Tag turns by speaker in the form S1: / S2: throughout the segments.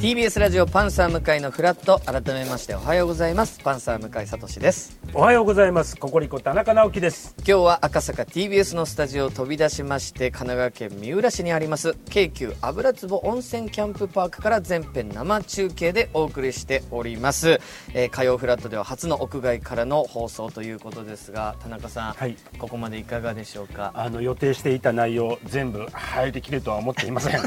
S1: TBS ラジオパンサー向井のフラット改めましておはようございますパンサー向井聡です
S2: おはようございますココリコ田中直樹です
S1: 今日は赤坂 TBS のスタジオを飛び出しまして神奈川県三浦市にあります京急油壺温泉キャンプパークから全編生中継でお送りしております、えー火曜フラットでは初の屋外からの放送ということですが田中さん、
S2: はい
S1: ここまでいかがでしょうか
S2: あの予定していた内容全部入りきるとは思っていませ ん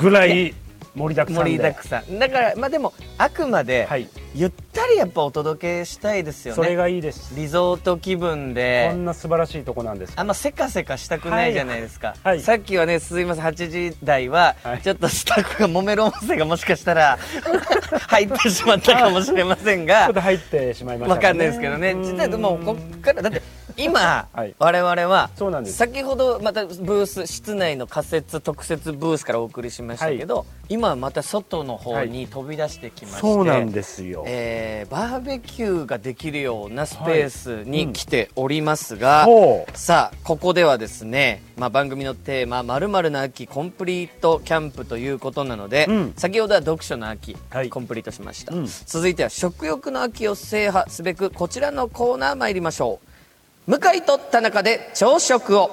S2: ぐらい盛りだくさんで
S1: 盛りだくさんだからまあでもあくまで、
S2: はい
S1: ゆったりやっぱお届けしたいですよね
S2: それがいいです
S1: リゾート気分
S2: こ
S1: で
S2: んな素晴らしいとこなんです
S1: あんませかせかしたくないじゃないですか、
S2: はいはい
S1: さっきはねすいません8時台は、
S2: はい
S1: ちょっとスタッフが揉める音声がもしかし たら入ってしまったかもしれません
S2: ちょ
S1: が
S2: っと入ってしまいました
S1: わかんないですけどね
S2: うん
S1: 実はでもこっからだって今、
S2: はい
S1: 我々は
S2: そうなんです
S1: 先ほどまたブース室内の仮設特設ブースからお送りしましたけど、今はまた外の方に飛び出してきまして、
S2: そうなんですよ、
S1: えーバーベキューができるようなスペースに来ておりますが、
S2: ほう
S1: さあここではですね、まあ、番組のテーマ「まるな秋コンプリートキャンプ」ということなので、
S2: うん
S1: 先ほどは読書の秋、
S2: はい
S1: コンプリートしました、
S2: うん
S1: 続いては食欲の秋を制覇すべくこちらのコーナー参りましょう向井と田中で朝食を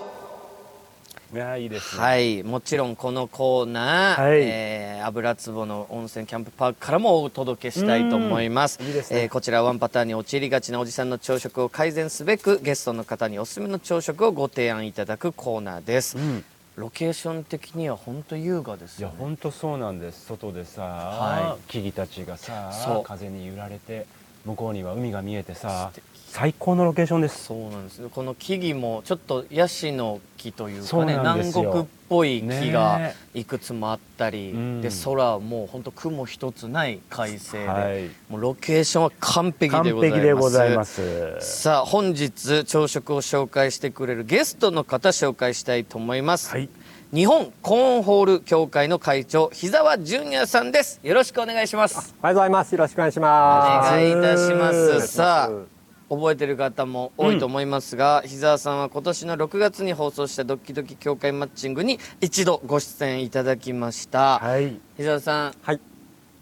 S2: いやいいですね、
S1: はい、もちろんこのコーナー、
S2: はい
S1: えー油壺の温泉キャンプパークからもお届けしたいと思います
S2: うんいいですね
S1: えーこちらワンパターンに陥りがちなおじさんの朝食を改善すべくゲストの方におすすめの朝食をご提案いただくコーナーです、
S2: うん
S1: ロケーション的には本当優雅です
S3: いや
S1: よ、ね、
S3: 本当そうなんです外でさ、
S1: は
S3: 木々たちがさ
S1: そう
S3: 風に揺られて向こうには海が見えてさ
S1: 素敵
S2: 最高のロケーションです
S1: そうなんですよこの木々もちょっとヤシの木という
S3: そ
S1: か
S3: う
S1: ね
S3: なんで
S1: 南
S3: すよ
S1: 国っぽい木が
S3: ね
S1: いくつもあったり、
S3: うん
S1: で空はもう本当雲一つない快晴で、
S3: はい
S1: もうロケーションは完璧
S2: 完
S1: でございます
S2: 璧でございます
S1: さあ本日朝食を紹介してくれるゲストの方紹介したいと思います、
S2: はい
S1: 日本コーンホール協会の会長日沢純也さんですよろしくお願いします
S4: おはようございます。よろしくお願いし
S1: お
S4: ま
S1: 願
S4: す。
S1: いいたしま
S2: お願いし
S1: す
S2: ます
S1: さあ覚えてる方も多いと思いますが、日沢さんは今年の6月に放送したドッキドキ協会マッチングに一度ご出演いただきました、
S2: はい
S1: 日沢さん
S4: はい。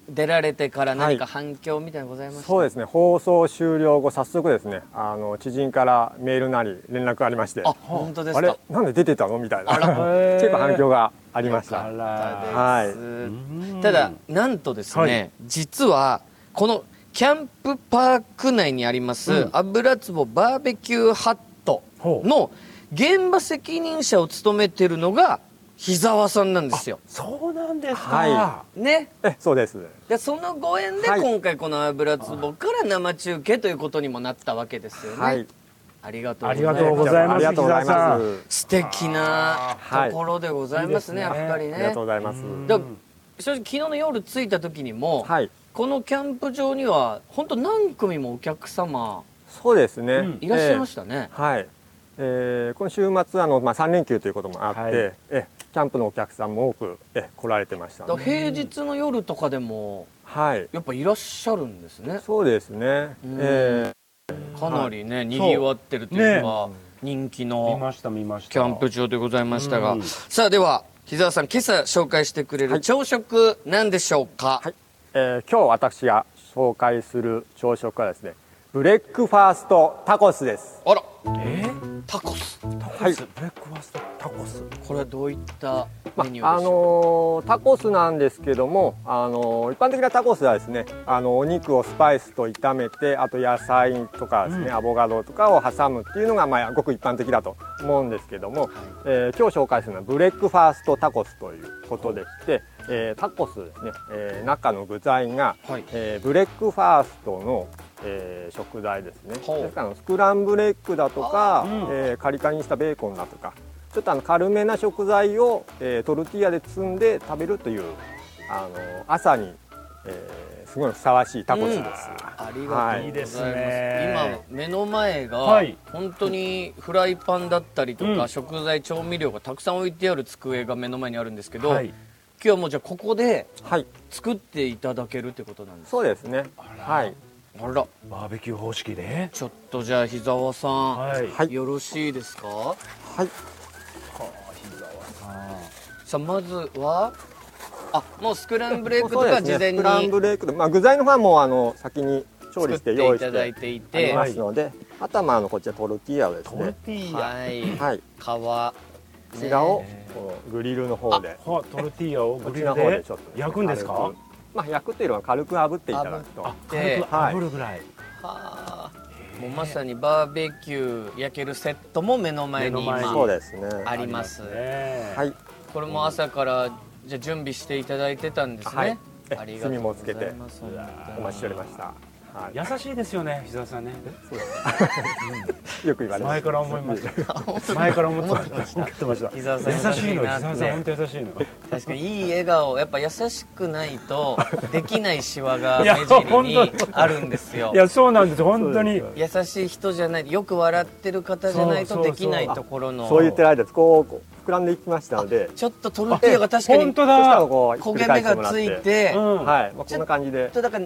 S1: 出られてから何か反響みたいなのございました、
S4: そうですね。放送終了後、早速ですね。あの知人からメールなり連絡がありまして。
S1: あ本当ですか
S4: あれ、なんで出てたのみたいな。
S2: へー
S4: 結構反響がありました。
S2: あ
S1: です、
S2: ら
S4: はい
S2: うん
S1: ただなんとですね、
S2: はい
S1: 実はこのキャンプパーク内にあります、油壺バーベキューハット
S2: ほう
S1: の現場責任者を務めてるのが日沢さんなんですよ。
S2: そうなんですか、
S4: は
S1: ね、
S4: え、そうです。
S1: でそのご縁で
S4: はい
S1: 今回この油壺から生中継ということにもなったわけですよね。
S4: はい。
S1: ありがとう
S2: あ
S1: ござ
S2: りがと
S1: いま
S2: う
S1: す
S2: ござい
S4: あ
S2: ま
S4: り
S2: す
S4: がとうござい
S2: 木澤さ
S4: ま
S2: ん
S4: す。
S1: 素敵な
S4: はい
S1: ところでございますね、
S2: いいですね
S1: やっぱりね。
S4: ありがとうございます。
S1: だから正直昨日の夜着いた時にも、
S4: はい。
S1: このキャンプ場には本当何組もお客様
S4: そうですね。
S2: うん
S1: いらっしゃいましたね、
S4: はい、えー、この週末あの、まあ、3連休ということもあって、
S2: はい
S4: えキャンプのお客さんも多くえ来られてました
S1: だから平日の夜とかでも
S4: はい
S1: やっぱいらっしゃるんですね
S4: そうですね、
S1: うん
S4: え
S1: かなり
S2: そ
S1: ね
S2: う
S1: 賑わってるというか、人気
S2: 見
S1: の
S2: ました見ました
S1: キャンプ場でございましたが、
S2: うん
S1: さあでは日沢さん今朝紹介してくれ
S4: は
S1: る
S4: い
S1: 朝食なんでしょうか、
S4: はいーえー今日私が紹介する朝食はですねブレックファーストタコスです
S1: あら
S2: え
S1: タコス
S2: タコス、
S4: はい
S2: ブレックファーストタコス
S1: これはどういった
S4: ま
S1: メニュー
S4: あ
S1: でしょ
S4: のータコスなんですけども、あのー一般的なタコスはですねあのお肉をスパイスと炒めてあと野菜とかですね、アボカドとかを挟むっていうのが、まあ、ごく一般的だと思うんですけども、えー今日紹介するのはブレックファーストタコスということでして、えータコスですね、えー中の具材が、
S1: はい
S4: えーブレックファーストの、えー食材ですね
S1: ほう
S4: ですからあのスクランブルエッグだとか、
S2: ーうん
S4: えーカリカリにしたベーコンだとかちょっとあの軽めな食材を、えートルティーヤで包んで食べるというあの朝に、えーすごいふさわしいタコスで
S1: う
S4: す。
S1: んありがとうございます。
S4: はいいい
S2: ですね
S1: 今目の前が、
S2: はい
S1: 本当にフライパンだったりとか、
S2: うん
S1: 食材調味料がたくさん置いてある机が目の前にあるんですけど、
S2: はい
S1: 今日はもうじゃあここで
S4: はい、
S1: 作っていただけるってことなんです。
S4: そうですね。
S2: ら
S4: はい、
S1: あら、
S2: バーベキュー方式で
S1: ちょっとじゃあ日沢さん、
S2: はい
S4: はい
S1: よろしいですか？
S4: はい、
S1: さあまずはあもうスクランブルエッグと
S4: そうで
S1: か
S4: すね
S1: 事前に
S4: スクランブルエッグで、まあ、具材の方はもうあの先に調
S1: 作
S4: 理
S1: っ
S4: して
S1: て
S4: 用
S1: い
S4: 意
S1: た
S4: し
S1: だ
S4: て
S1: いていて
S4: ありま
S1: はい
S4: すのであとはまああのこっちはトルティーヤです
S2: トル
S4: ね
S2: ティーヤ、
S1: 皮
S4: はい
S1: こ
S4: こちらをこのグリルの方で
S2: はトルティーヤを
S4: こ
S2: グ
S4: ち
S2: リ
S4: ら
S2: ル
S4: の方
S2: で
S4: でちょっと
S2: 焼くんですか
S4: 軽くまあ焼くっていうのは軽く炙っていただくと
S1: 炙っ
S4: は
S1: て
S4: はい
S2: 炙るぐらい
S1: はあもうまさにバーベキュー焼けるセットも目の前に
S2: 目の前
S1: 今
S2: に
S4: そうですね
S1: あります
S2: ね
S4: はい
S1: これも朝からじゃあ準備していただいてたんですね、
S4: はいえ
S1: ありがとうございま
S2: 炭も
S1: す
S2: つけて
S1: 本当に
S4: お待ちしておりましたはい
S3: 優しいですよね、膝さんね。
S4: よく言われま
S2: 前
S4: す
S2: から思いました前から思ってました思ってま した
S1: 伊沢さん
S3: 優しいの、
S1: な
S3: 膝さん、本当優しいの。
S1: 確かにいい笑顔やっぱ優しくないとできないシワが
S2: いや
S1: 目尻に
S2: 本当
S1: あるんですよ
S2: いやそうなんです本当に
S1: 優しい人じゃないよく笑ってる方じゃない
S2: そ
S1: と
S2: うそう
S1: で
S2: そう
S1: きないところの
S4: そう言ってる間こうこう膨らんでいきましたので
S1: ちょっとトルティーヤが確かに
S2: 本当
S4: そしたら
S2: だ
S4: こうひ
S1: 焦
S4: っくり
S1: げ目
S4: 返して
S1: が
S4: もらっ
S1: つ
S4: て
S1: いて、
S2: う
S1: ちょ
S2: ん
S4: はいまあこんな感じで
S1: っとだから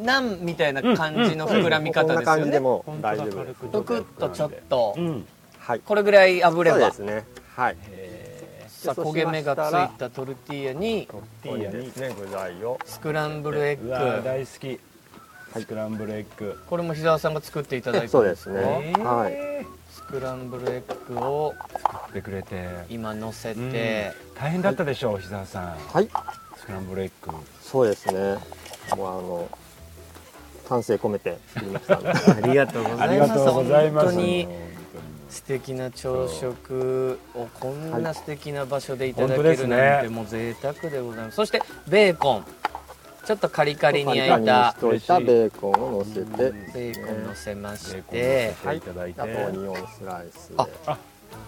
S1: なんみたいな感じの膨らみ方
S4: こん
S1: で
S4: な
S1: すよ
S4: 感じで
S1: ね
S4: も
S3: 本当だ
S4: 大丈夫です
S1: ぷくっとちょっと
S2: うん
S4: はい
S1: これぐらい炙れ
S4: そうで
S1: ば
S4: すねはい
S1: さあ焦げ目がついたトルティーヤに
S4: ティーヤにですね具材を
S1: スクランブルエ
S3: うわ、
S1: ッグ
S3: 大好き。スクランブルエッグ。
S1: これも膝尾さんが作っていただいた
S4: そ
S1: ん
S4: うで
S1: です
S4: す
S1: か
S4: ねはい
S1: スクランブルエッグを
S3: ってくれて。
S1: 今乗せて、
S3: 大変だったでしょう、膝さん。
S4: はい
S3: スクランブルエッグ。
S4: そうですねもうあの丹精込めて作りましたのでありがとうご
S1: ざいます本当に
S3: 本
S1: 素敵な朝食をこんな素敵な場所でいただ
S2: 本
S1: け
S2: 当です
S1: る
S2: ね
S1: なんてもう贅沢でございますそしてベーコンちょっとカリカリに焼いた
S4: カリカリにしといたベーコンを乗せて
S1: ベーコン乗せま
S3: 当
S1: し
S3: に
S1: て
S3: ベーコンを乗せていただいて。
S4: あとオニオンスライスで
S1: あ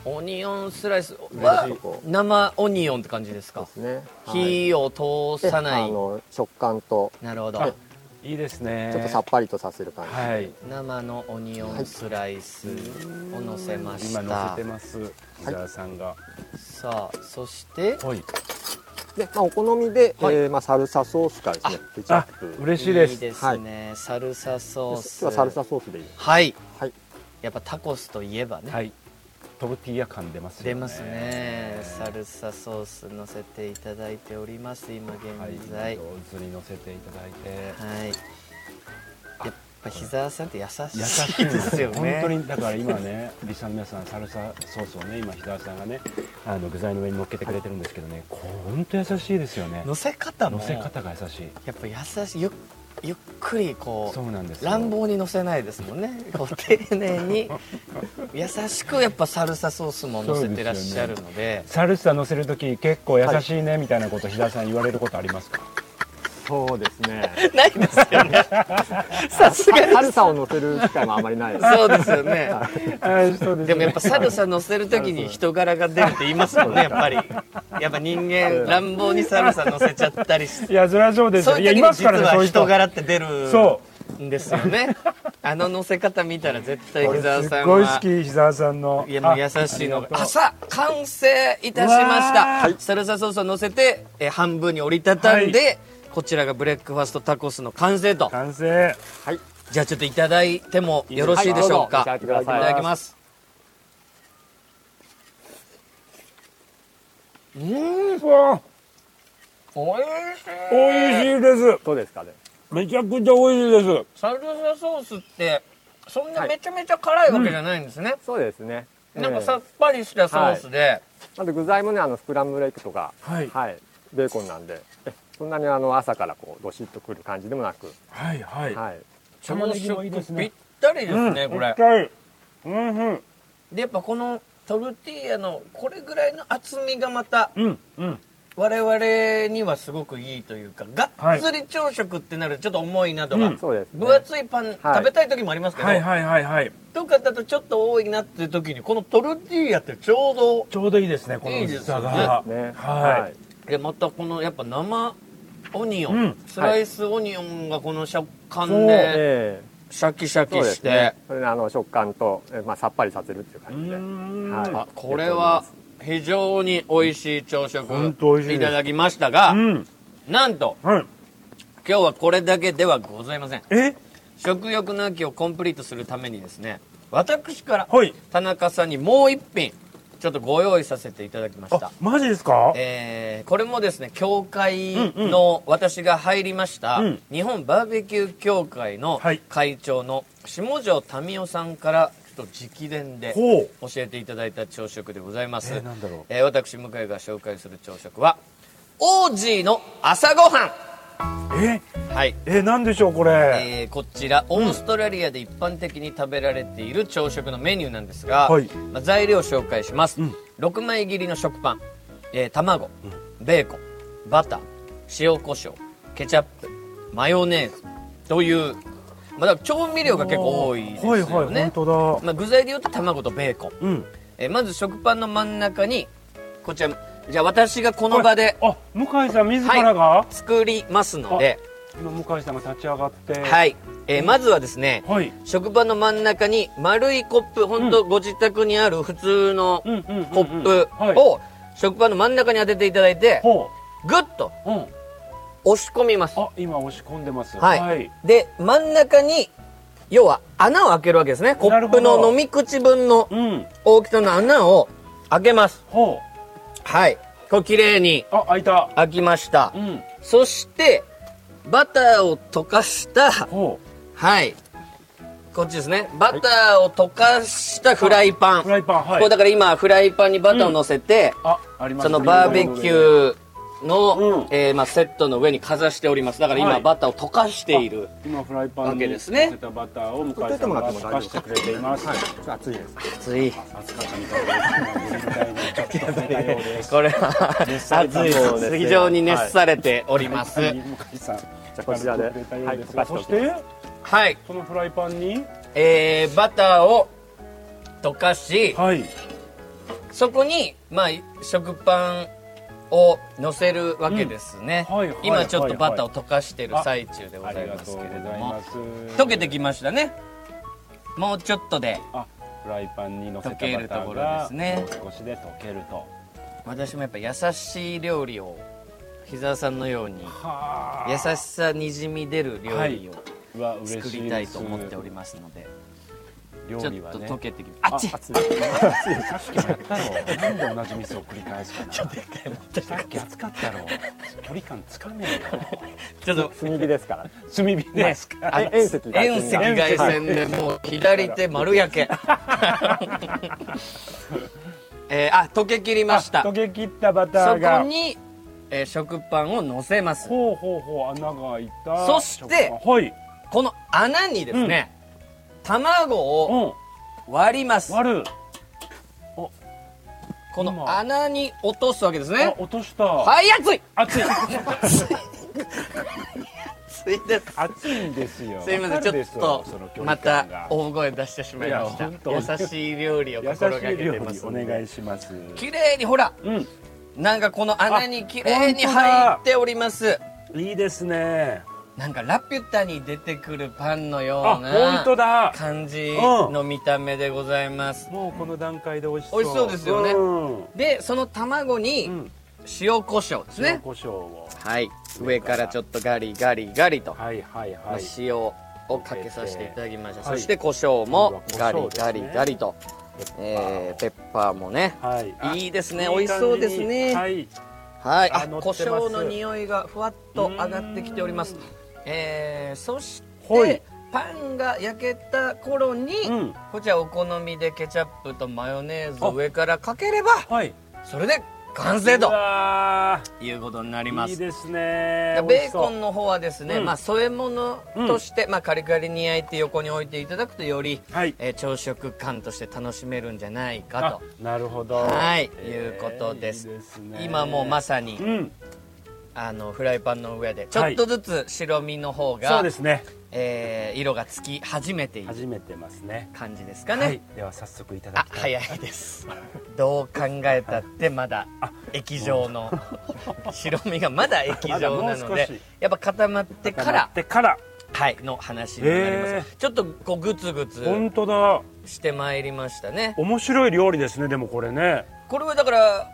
S1: オニオンスライス
S4: は
S1: はい
S4: こう
S1: 生オニオンって感じです
S4: で
S1: か
S4: すねはい
S1: 火を通
S4: で
S1: さな
S4: あ
S1: い
S4: の食感と
S1: なるほ
S3: あ
S1: ど
S3: いいですね。
S4: ちょっとさっぱりとさせる感じ
S3: はい。
S1: 生のオニオンスライスを乗せまし
S3: 今乗
S1: た
S3: せてます。伊沢さんが。
S1: さあそして
S3: はい。
S4: で、まあ、お好みで、
S1: はい
S4: えーまあ、サルサソースからですねケチャ
S3: あ
S4: ップ、
S3: 嬉しいです。
S1: いいですね、サルサソー
S4: 今日
S1: ス
S4: はサルサソースでいいです
S1: はい
S4: はい
S1: やっぱタコスといえばね、
S3: はい。トルティーヤ感出ますよね。
S1: 出ますねサルサソース乗せていただいております今現
S3: はい。
S1: 在
S3: 上手に乗せていただいて。
S1: はい、やっぱ膝沢さんって優
S3: 優
S1: し
S3: し
S1: い
S3: いで
S1: ですす
S3: よ
S1: よ
S3: ね
S1: ね
S3: 本当にだから今ねリスナーの皆さんサルサソースをね今日田さんがねあの具材の上に乗っけてくれてるんですけどねこう本当優しいですよね
S1: 乗せ方も
S3: 乗せ方が優しい
S1: やっぱ優しいゆっゆっくりこ
S3: そうなんです
S1: う
S3: よ
S1: 乱暴に乗せないですも んねこう丁寧に優しくやっぱサルサソースも乗せてらっしゃる ので
S3: サルサ乗せるとき結構優しいねみたいなこと日田さん言われることありますか
S4: そうですね
S1: ないですよね さすがに
S4: サルサを乗せる機会もあまりないです
S1: そうですよね
S3: あそうで
S1: でもやっぱサルサ乗せるときに人柄が出るって言いますも んねやっぱりやっぱ人間乱暴にサルサ乗せちゃったりして
S2: い やそれはそうです
S1: そ
S2: よ
S1: う
S2: い
S1: い
S2: や
S1: う
S2: い
S1: 時
S2: ま
S1: に
S2: す
S1: 実
S2: からねそうい
S1: は
S2: う人
S1: 人柄って出る
S2: そ
S1: んですよねあの乗せ方見たら絶対
S2: 俺
S1: 伊沢
S2: すっ
S1: さん
S2: ごい
S1: は
S2: 好き膝さんの
S1: いやもう
S2: あ
S1: 優しいのが
S2: ありがとう
S1: あさあ完成いたしまし
S2: うわー
S1: たはいサルサソースを乗せてえー半分に折りたたんで、
S2: は
S1: こちらがブレックファストタコスの完成と
S2: 完成
S4: はい
S1: じゃあちょっといただいてもよろしいでしょうか、
S4: はい
S1: い
S4: どうぞ召し上がってくださ
S1: た
S4: い
S1: だきます
S2: うわ
S1: おいし
S2: 美味しいです
S4: どうですかね
S2: めちゃくちゃ美味しいです
S1: サルサソースってそんなめちゃめちゃ辛いわけじゃないんですね、
S4: そうですね
S1: なんか
S4: え
S1: さっぱりしたソースで、
S4: ーなんで具材もねあのスクランブルエッグとか
S2: はい
S4: はい、ベーコンなんでえそんなにあの朝からこうどしっとくる感じでもなく、
S2: はいはい
S4: はい、
S1: 朝
S3: 玉ねぎもいいです
S1: 食
S3: ね
S1: ぴったりですね、これ
S2: れうんうん
S1: でやっぱこのトルティーヤのこれぐらいの厚みがまた
S2: うんうん
S1: 我々にはすごくいいというかがっつり朝食ってなるとちょっと重いなとか、
S2: うん
S4: そうです、ね、
S1: 分厚いパン、食べたい時もありますけど、
S2: はいはいはいはい
S1: とかだとちょっと多いなっていう時にこのトルティーヤってちょうど
S2: ちょうどいいですねこの
S1: いいです
S2: 膝
S1: よね
S2: が
S4: ね
S2: はい
S1: でまたこのやっぱ生オニオン、
S2: うん
S1: スライスオニオンがこの食感
S2: そう
S1: で
S4: ええ
S1: シャキシャ
S4: そう
S1: キ
S4: で
S1: し
S4: す
S1: て、
S4: ねそれであの食感と、えまあ、さっぱりさせるっていう
S2: う
S4: 感じで、
S2: ん
S4: は
S1: あこれは非常に美味しい朝食
S2: ほんと美味しい
S1: い
S2: です
S1: ただきましたが
S2: うん
S1: なんと
S2: はい
S1: 今日はこれだけではございません
S2: え
S1: 食欲の秋をコンプリートするためにですね私から
S2: はい
S1: 田中さんにもう一品ちょっとご用意させていただきました
S5: あ、マジですか
S1: えーこれもですね協会の私が入りました、
S5: うん
S1: 日本バーベキュー協会の
S5: はい
S1: 会長の下條民夫さんからちょっと直伝で
S5: ほう。
S1: 教えていただいた朝食でございます、
S6: えーなんだろう
S1: えー私向井が紹介する朝食はオージーの朝ごは
S5: え、
S1: んはい
S5: え、なんでしょう、これ。
S1: えーこちらオーストラリアで一般的に食べられている朝食のメニューなんですが、
S5: はい
S1: まあ、材料を紹介します、6枚切りの食パン、えー卵、ベーコンバター塩コショウケチャップマヨネーズという、まあ、だから調味料が結構多いですよね、
S5: はいはい、本当だ。
S1: まあ、具材でいうと卵とベーコン、
S5: うん。
S1: えーまず食パンの真ん中にこちらじゃあ私がこの場で
S5: あ、向井さん自らが
S1: 作りますので、
S5: 今、向井さんが立ち上がって。。
S1: はいいえーまずはですね、
S5: はい。
S1: 食パンの真ん中に丸いコップ本当ご自宅にある普通の
S5: うんうんうんうん
S1: コップ
S5: はい
S1: を食パンの真ん中に当てていただいて
S5: ほ
S1: グッと
S5: う。うん。
S1: 押し込みます
S6: あ今押し込んでます
S1: はい、で真ん中に要は穴を開けるわけですねコ
S5: なる
S1: ッ
S5: ほ
S1: プ
S5: ど
S1: の飲み口分の
S5: うん。
S1: 大きさの穴を開けます
S5: ほ
S1: はいこれ綺麗に
S5: う。あ、開いた。
S1: 開きました
S5: うん。
S1: そしてバターを溶かした
S5: ほ
S1: はいこっちですねバターを溶かしたフライパン
S5: う。フライパン、はい
S1: こう。だから今フライパンにバターを乗せて、
S5: あ、あります
S1: そのバーベキューの、
S5: うん
S1: えーまあ、セットの上にかざしておりますだから今、
S5: はい
S1: バターを溶かしている
S5: 今フライパン
S1: わ
S5: に
S1: け
S5: 乗
S1: ですね
S5: せたバターを向井
S4: 取っとい
S5: さ
S4: て
S5: ん
S4: もらっ
S5: が
S4: ても
S5: 溶
S4: 大
S5: か
S4: 丈夫で
S5: し
S4: す
S5: てくれています。
S4: はい、暑いです。
S1: 熱い
S5: 暑かったみたいです。全体にちょっと似たようです。
S1: これは
S4: され
S1: 熱
S4: た
S1: い
S4: そうですね
S1: 非常に熱されております
S5: 向井さん。じゃ
S4: こちらで
S5: はい、そして
S1: はい、
S5: そのフライパンに
S1: えーバターを溶かし
S5: はい
S1: そこに、まあ、食パンを乗せるわけですね、
S5: うんはいはい
S1: 今ちょっとバターを溶かしてる最中でございますけれども溶けてき
S5: ま
S1: ましたねもうちょっとで
S5: あフライパンにのせたバタ
S1: 溶けるとこ
S5: ー
S1: ろで
S5: が
S1: すね
S5: もう少しで溶けると
S1: 私もやっぱ優しい料理を日沢さんのように
S5: は
S1: 優しさにじみ出る料理を
S5: うわ嬉しい
S1: 作りたいと思っておりますので、
S5: 料
S1: ちょっ
S5: 理は
S1: と
S5: ね
S1: 溶けてきまあっち
S4: 暑いです。
S5: さっきもやったろなんで同じミスを繰り返すかなさっき暑かったろ距離感つかねえよ
S1: ちょっと
S4: 炭火ですから。
S5: 炭火ですか
S1: あの
S4: 遠赤外
S1: 遠
S4: 線
S1: 赤外線でもう左手丸焼 けえーあ溶けきりました
S5: 溶け切ったバタ
S1: そ
S5: ーが
S1: こに、えー食パンを乗せます
S5: ほうほうほう穴が開いた
S1: そして
S5: 食パンはい
S1: この穴にですね、卵
S5: う
S1: を
S5: ん
S1: 割ります
S5: 割る
S1: この穴に落とすわけです
S5: あ
S1: ね
S5: 落とした
S1: はい熱い
S5: 熱い
S1: 熱いです
S5: 熱いんですよ
S1: すいません
S5: わ
S1: ち
S5: か
S1: ょ
S5: るで
S1: っ
S5: すよその
S1: と
S5: 距
S1: ま
S5: 離感が
S1: た大声出してしまいま
S5: いや本
S1: した
S5: 当
S1: 優しい料理を
S5: 優し
S1: 心がけ
S5: い料
S1: てま
S5: 理
S1: す
S5: お願いします
S1: 綺麗にほら
S5: うん
S1: なんかこの穴に綺麗に
S5: あ本当だ
S1: 入っております
S5: いいですね
S1: なんかラピュタに出てくるパンのよ
S5: あ
S1: う
S5: 本
S1: な
S5: 当だ
S1: 感じの見た目でございます
S5: もうこの段階で美味しそう
S1: 美味しそうですよね
S5: うん
S1: でその卵に
S5: うん
S1: 塩コショウです
S5: 塩
S1: ね
S5: コショウを
S1: はい上からちょっとガリガリガリと
S5: はいはい
S1: まあ
S5: はい
S1: 塩をかけさせていただきました
S5: は
S1: そ
S5: い
S1: して胡椒も
S5: 今度
S1: ガ
S5: は
S1: リ
S5: 胡
S1: ガリ
S5: 椒ですね
S1: ガリとえーペッパーもねいいですね美味しそうですね
S5: はい
S1: はい、
S5: あ
S1: あ、
S5: 乗っ
S1: 胡
S5: てます
S1: 椒の匂いがふわっと上がってきております。えー、そし
S5: は
S1: て
S5: い
S1: パンが焼けた頃に、
S5: うん
S1: こちらお好みでケチャップとマヨネーズを上からかければ、
S5: はい
S1: それで完成と
S5: うわ
S1: いうことになり
S5: ー
S1: ま
S5: いい
S1: す。
S5: ですね
S1: でベーコ
S5: 美味し
S1: ンの方はですね、
S5: うん
S1: まあ添え物として、まあカリカリに焼いて横に置いていただくとより、
S5: そうはい
S1: えー朝食感として楽しめるんじゃない
S5: あ
S1: か
S5: なるほど
S1: はいい
S5: えー
S1: うことです
S5: いいです
S1: と。
S5: ね
S1: 今もうまさに、
S5: うん
S1: あのフライパンの上でちょっとずつ白身の方が、
S5: そうですね
S1: えー色がつき始めている
S5: 初めてますね
S1: 感じですかね、
S5: はいでは早速いただ
S1: あ
S5: きたい
S1: 早い ですどう考えたってまだ液状の 白身がまだ液状な
S5: まだ
S1: の
S5: もう少
S1: で
S5: し
S1: やっぱ固まってか
S5: 黙
S1: ら
S5: っ、てから
S1: はい、の話になります、
S5: へー
S1: ちょっとこうグツグツ
S5: 本当だ
S1: してまいりましたね
S5: 面白い料理ですねでもこれね
S1: これはだから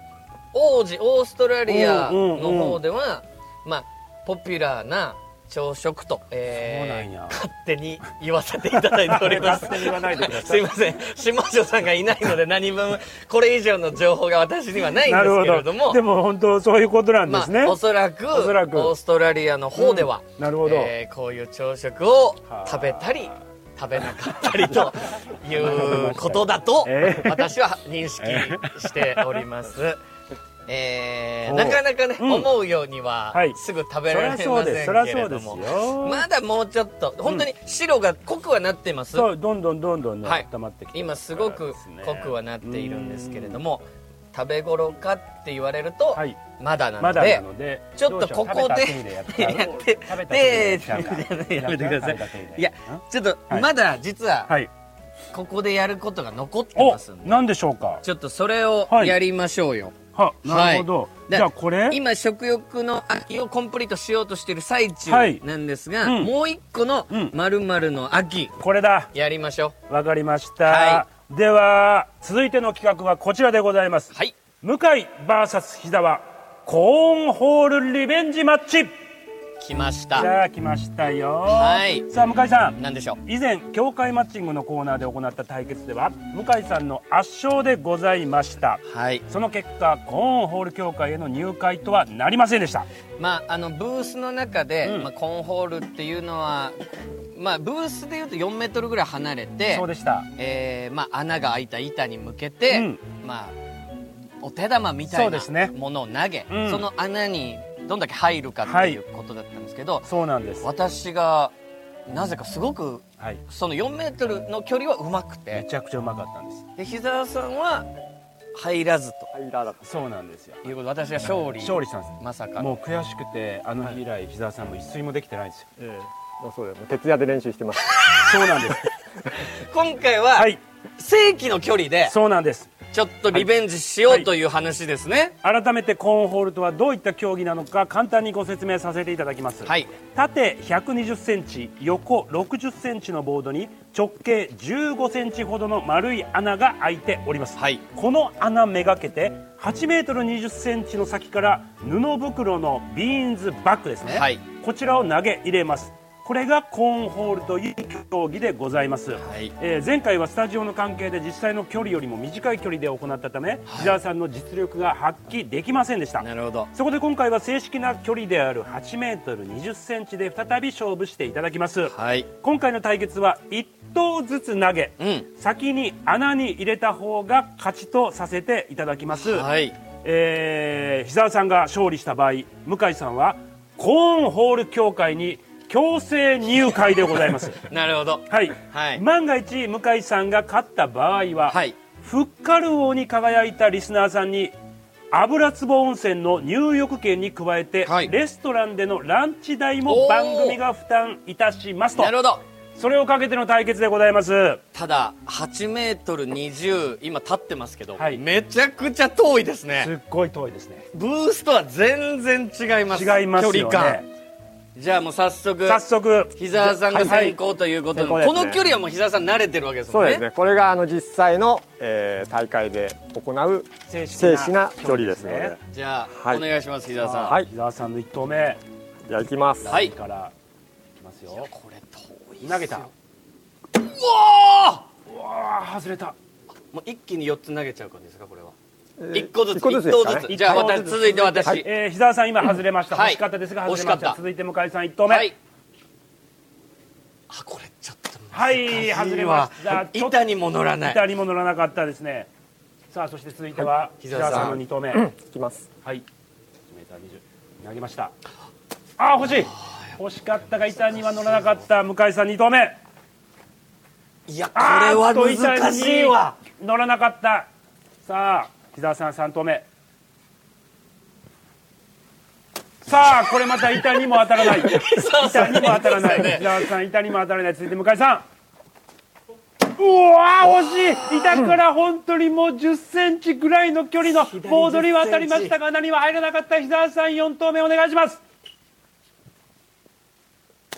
S1: 王子オーストラリア
S5: うんうんうん
S1: の方では、まあポピュラーな朝食と、
S2: そうなん
S1: えー
S2: や
S1: 勝手に言わせていただいてお ります。
S2: 言わないでくださ
S1: す
S2: い
S1: いません島城さんがいないので何分これ以上の情報が私にはないんです
S5: な
S1: け
S5: るほ
S1: れども
S5: ど。でも本当そういうことなんで
S1: ます
S5: ね
S1: あ、お。そらく
S5: おそらく
S1: オーストラリアの方では、
S5: なるほど。
S1: えーこういう朝食を食べたり食べなかったり ということだと
S5: え
S1: 私は認識しております。えー
S5: おう
S1: なかなかね、
S5: うん
S1: 思うようには
S5: はい
S1: すぐ食べ
S5: そ
S1: ら
S5: り
S1: れま
S5: ゃ
S1: せ
S5: そうです。そり
S1: ん
S5: ゃ
S1: け
S5: そ
S1: れ
S5: うで
S1: ど
S5: す
S1: も、
S5: よ。
S1: まだもうちょっと本当に白が濃くはなってます、
S5: そうどんどんどんどんね、
S1: はい
S5: 温まってきて。
S1: 今すごく濃くはなっているんですけれども食べ頃かって言われると
S5: はい。
S1: まだな
S5: ま
S1: の
S5: だな
S1: で
S5: ので。
S1: ちょっとここで
S2: やっ
S1: やって
S2: 食べた
S1: で
S2: 手でやっちゃうか
S1: やめて
S2: 食べた手
S1: ください
S2: で
S1: いやちょっと
S5: はい
S1: まだ実は
S5: はい。
S1: ここでやることが残って
S5: お
S1: ますん、で
S5: なんでしょうか。
S1: ちょっとそれを
S5: はい
S1: やりましょうよ
S5: は、なるほど。
S1: で
S5: じゃあこれ。
S1: 今食欲の秋をコンプリートしようとしている最中
S5: はい
S1: なんですが、
S5: うん
S1: もう一個の
S5: うん
S1: 〇〇の秋
S5: これだ。
S1: やりましょ
S5: わかりました。
S1: は
S5: では続いての企画はこちらでございます。
S1: うはい
S5: 向井 VS 膝はコーンホールリベンジマッチじ
S1: 来ました
S5: ゃあ来ましたよ
S1: はい
S5: さあ向井さん
S1: 何でしょう
S5: 以前協会マッチングのコーナーで行った対決では向井さんの圧勝でございました
S1: はい
S5: その結果コーンホール協会への入会とはなりませんでした
S1: まあ、あのブースの中で、
S5: うん
S1: まあ、コンホールっていうのは、まあ、ブースでいうと4メートルぐらい離れて
S5: そう、でした
S1: えーまあ、穴が開いた板に向けて、
S5: うん
S1: まあ、お手玉みた
S5: そ
S1: いう
S5: です
S1: な
S5: ね
S1: ものを投げそ,、
S5: うん
S1: の穴にどんだけ入るかっていうことだったんですけど、
S5: そうなんです
S1: 私がなぜかすごく
S5: はい
S1: その4メートルの距離はうまく
S5: め
S1: て
S5: ちゃくちゃうまかったんです
S1: で膝沢さんは入らずと
S4: 平ら
S5: そうなんですよ
S1: いうことで私が勝利
S5: 勝利したんです
S1: まさかの
S5: もう悔しくてあの日以来膝沢さんも一睡もできてないんですよ
S4: もうそうだよもう徹夜で練習してます
S5: そうなんです
S1: 今回は、
S5: はい
S1: 正規の距離で
S5: そうなんです
S1: ちょっとリベンジしようという話ですね。
S5: 改めてコーンホールとはどういった競技なのか簡単にご説明させていただきます、
S1: はい
S5: 縦1 2 0センチ横6 0センチのボードに直径1 5センチほどの丸い穴が開いております、
S1: はい
S5: この穴めがけて8メートル2 0センチの先から布袋のビーンズバッグですね、
S1: はい
S5: こちらを投げ入れますこれがコーンホールという競技でございます、
S1: い
S5: えー前回はスタジオの関係で実際の距離よりも短い距離で行ったため、木澤さんの実力が発揮できませんでした
S1: なるほど。
S5: そこで今回は正式な距離である8メートル2 0センチで再び勝負していただきます、
S1: はい。
S5: 今回の対決は1投ずつ投げ、
S1: うん
S5: 先に穴に入れた方が勝ちとさせていただきます、
S1: はい。
S5: えー、膝さんが勝利した場合向井さんはコーンホール協会に強制入会でござい ます
S1: なるほど。
S5: はい、
S1: はい
S5: 万が一向井さんが勝った場合は、
S1: はい
S5: フッカル王に輝いたリスナーさんに油壺温泉の入浴券に加えて、
S1: はい
S5: レストランでのランチ代
S1: お
S5: も
S1: ー
S5: 番組が負担いたしますと
S1: なるほど。
S5: それをかけての対決でございます
S1: ただ8メートル20今立ってますけど、
S5: はい
S1: めちゃくちゃ遠いです
S5: す
S1: ね。
S5: っごい遠いですね
S1: ブースとは全然違います。
S5: 違いますよ
S1: 距離感。
S5: ね
S1: じゃあもう早速。
S5: 早速
S1: 膝沢さんが先
S5: はい
S1: 行ということで、
S4: はい先行です
S1: こ
S4: ね
S1: の距離はもう膝沢さん慣れてるわけです
S4: そ
S1: も
S4: うん
S1: ね。
S4: ですねこれがあの実際の、えー大会で行う
S5: 正
S4: 正式な距離ですので
S1: じゃあ、
S4: はい
S1: お願いします膝沢さん。
S4: はい
S5: 伊沢さんの一投目
S4: じゃあ行きます、
S1: はい
S5: 左からいきますよ
S1: これ遠い。
S5: 投げた
S1: うわ
S5: うわー外れた
S1: ーもう一気に4つ投げちゃう感じですかこれは。
S4: えー
S1: 一個ずつ。
S4: 一個ずつですかね
S1: 一投ずつじゃあ
S5: 一投
S1: 私
S5: ずつ
S1: 続いて私。
S5: はい、えー、膝さん今外れました、
S1: はい
S5: 欲しかったですが
S1: 惜
S5: 外れまし
S1: しかったた
S5: 続いて向井さん一投目
S1: は
S5: はいい、。
S1: あ、これちょっと難しいわ。
S5: はい外れましたちょっと
S1: 板にも乗らない。
S5: 2人も乗らなかったですねさあそして続いては
S1: 膝
S5: 膝
S1: さん
S5: さんの二投目、
S4: 行きます
S5: はい1 m 2 0投げましたあー欲しい欲しかったが板には乗らなかった向井さん二投目
S1: いや、こ
S5: あー
S1: れは
S5: っと板に
S1: 難しいわ。
S5: 乗らなかったさあ膝さん三投目さあこれまた板にも当たらな い
S1: そうそう
S5: 板にも当たらない。
S1: ね
S5: 伊沢さん、板にも当たらない。続いて向井さん。うわー惜しい板から本当にもう1 0センチぐらいの距離のボードには当たりましたが何も入らなかった伊沢さん4投目お願いします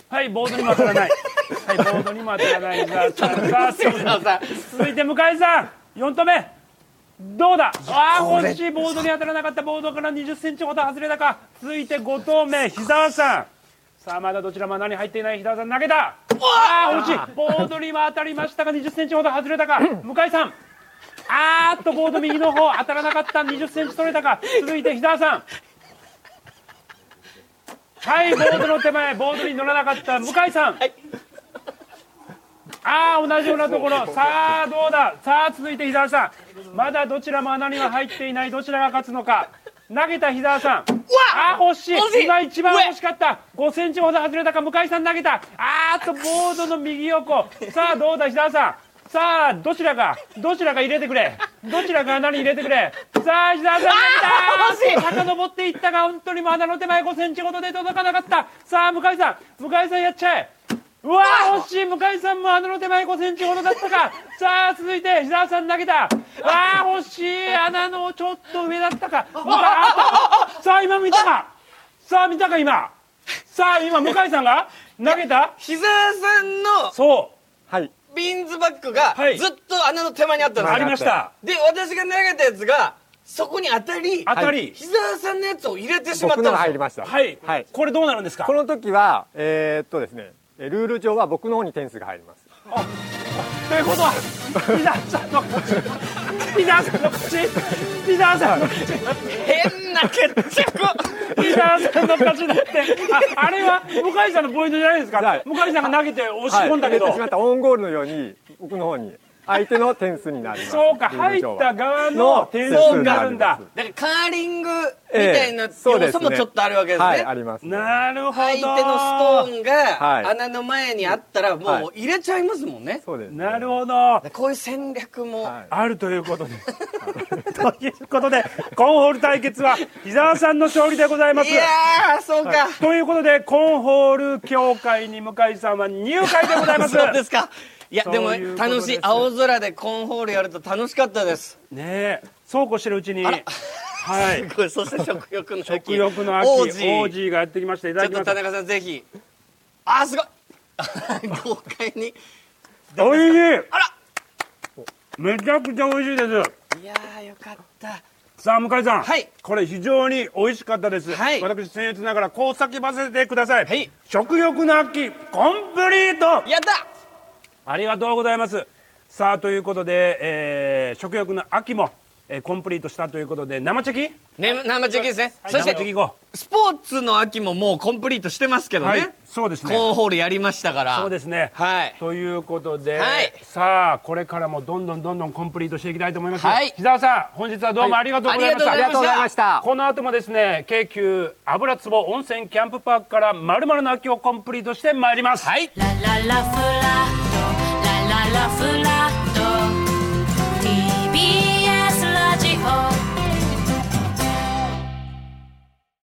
S5: はいボードにも当たらないはいボードにも当たらない伊沢さんさあそ
S1: 膝さん
S5: 続いて向井さん4投目どうだああ惜しいボードに当たらなかったボードから2 0センチほど外れたか続いて5投目伊沢さんさあまだどちらも何入っていない飛田さん投げたああー惜しいボードには当たりましたが2 0センチほど外れたか向井さんあーっとボード右の方当たらなかった2 0センチ取れたか続いて飛田さんはいボードの手前ボードに乗らなかった向井さんああ同じようなところさあどうださあ続いて伊沢さんまだどちらも穴には入っていないどちらが勝つのか投げた伊沢さんああ惜しい
S1: 惜しい
S5: 今一番惜しかった5センチほど外れたか向井さん投げたあーっとボードの右横さあどうだ伊沢さんさあどちらがどちらが入れてくれどちらが穴に入れてくれさあ伊沢さん投げた遡っていったが本当にもう穴の手前5センチほどで届かなかったさあ向井さん向井さんやっちゃえうわー惜しい向井さんも穴の手前5センチほどだった かさあ続いて平田さん投げたああ惜しい穴のちょっと上だったかうわあったさあ今見たかさあ見たか今さあ今向井さんが投げた
S1: 膝さんの
S5: そ
S4: はい
S1: ビーンズバッグが
S5: はい
S1: ずっと穴の手前にあった
S5: う
S1: の、
S5: ありました
S1: で私が投げたやつがそこに当たり
S5: 当たり
S1: 膝さんのやつを入れてしまった
S4: 僕
S1: んで
S4: のが
S1: す
S4: 入
S1: よ
S4: りました
S5: はい、
S4: はい
S5: これどうなるんですか
S4: この時はえーっとですねえルール上は僕の方に点数が入ります
S5: ということは平田さんの口平田さんの口平田さんの口
S1: 変な決 着
S5: 伊沢さんの勝ちだってああれは向井さんのポイントじゃないですか、
S4: はい
S5: 向井さんが投げて押し込んだけ
S4: 入
S5: ど、
S4: れてしまったオウンゴールのように僕の方に相手の点数になります
S5: そうか
S4: ルー
S5: 入っ
S4: ル上は
S5: た側の点数になるんだ
S4: そう
S1: だからカーリングみたいな要素もちょっとあるわけですね、
S4: はいありますね
S5: なるほど
S1: 相手のストーン
S4: はい
S1: が穴の前にあったらもう入れちゃいますもんね、
S4: そうですね
S5: なるほど
S1: こういう戦略も、
S4: はい
S5: あるというこ とでということでコンホール対決は伊沢さんの勝利でございます
S1: いやーそうか、
S5: ということでコンホール協会に向井さんは入会でございます
S1: そうですかいやでも
S5: そういうことです
S1: 楽しい青空でコンホールやると楽しかったです
S5: ねえそうこうしてるうちにはい
S1: すごいそして食欲の秋
S5: 食欲の秋
S1: 王
S5: オ
S1: 子
S5: ージーがやってきましたい
S1: ちょ
S5: ただ
S1: っ
S5: きま
S1: と
S5: す
S1: 田中さんぜひあーすごい 豪快に
S5: おいしいあ
S1: ら
S5: めちゃくちゃおいしいです
S1: いやーよかった
S5: さあ向井さん、
S1: はい
S5: これ非常に美味しかったです、
S1: はい
S5: 私僭越ながらこう叫ばせてください、
S1: はい
S5: 食欲の秋コンプリート
S1: やった
S5: ありがとうございますさあということで、えー食欲の秋も、えーコンプリートしたということで生チェキ
S1: ね、生中継ですね、そし
S5: 生チェキ
S1: て
S5: いこ
S1: スポーツの秋ももうコンプリートしてますけ
S5: う、
S1: どね、
S5: はいそうですね
S1: コーンホールやりましたから
S5: そうですね
S1: はい
S5: ということで、
S1: はい
S5: さあこれからもどんどんどんどんコンプリートしていきたいと思います、
S1: はい
S5: 木澤さん本日はどうもありがとうございました、
S1: ありがとうございました
S5: この後もですね京急油壺温泉キャンプパークからまるまるの秋をコンプリートしてまいります
S1: はい
S7: La la la fula, la la la fula,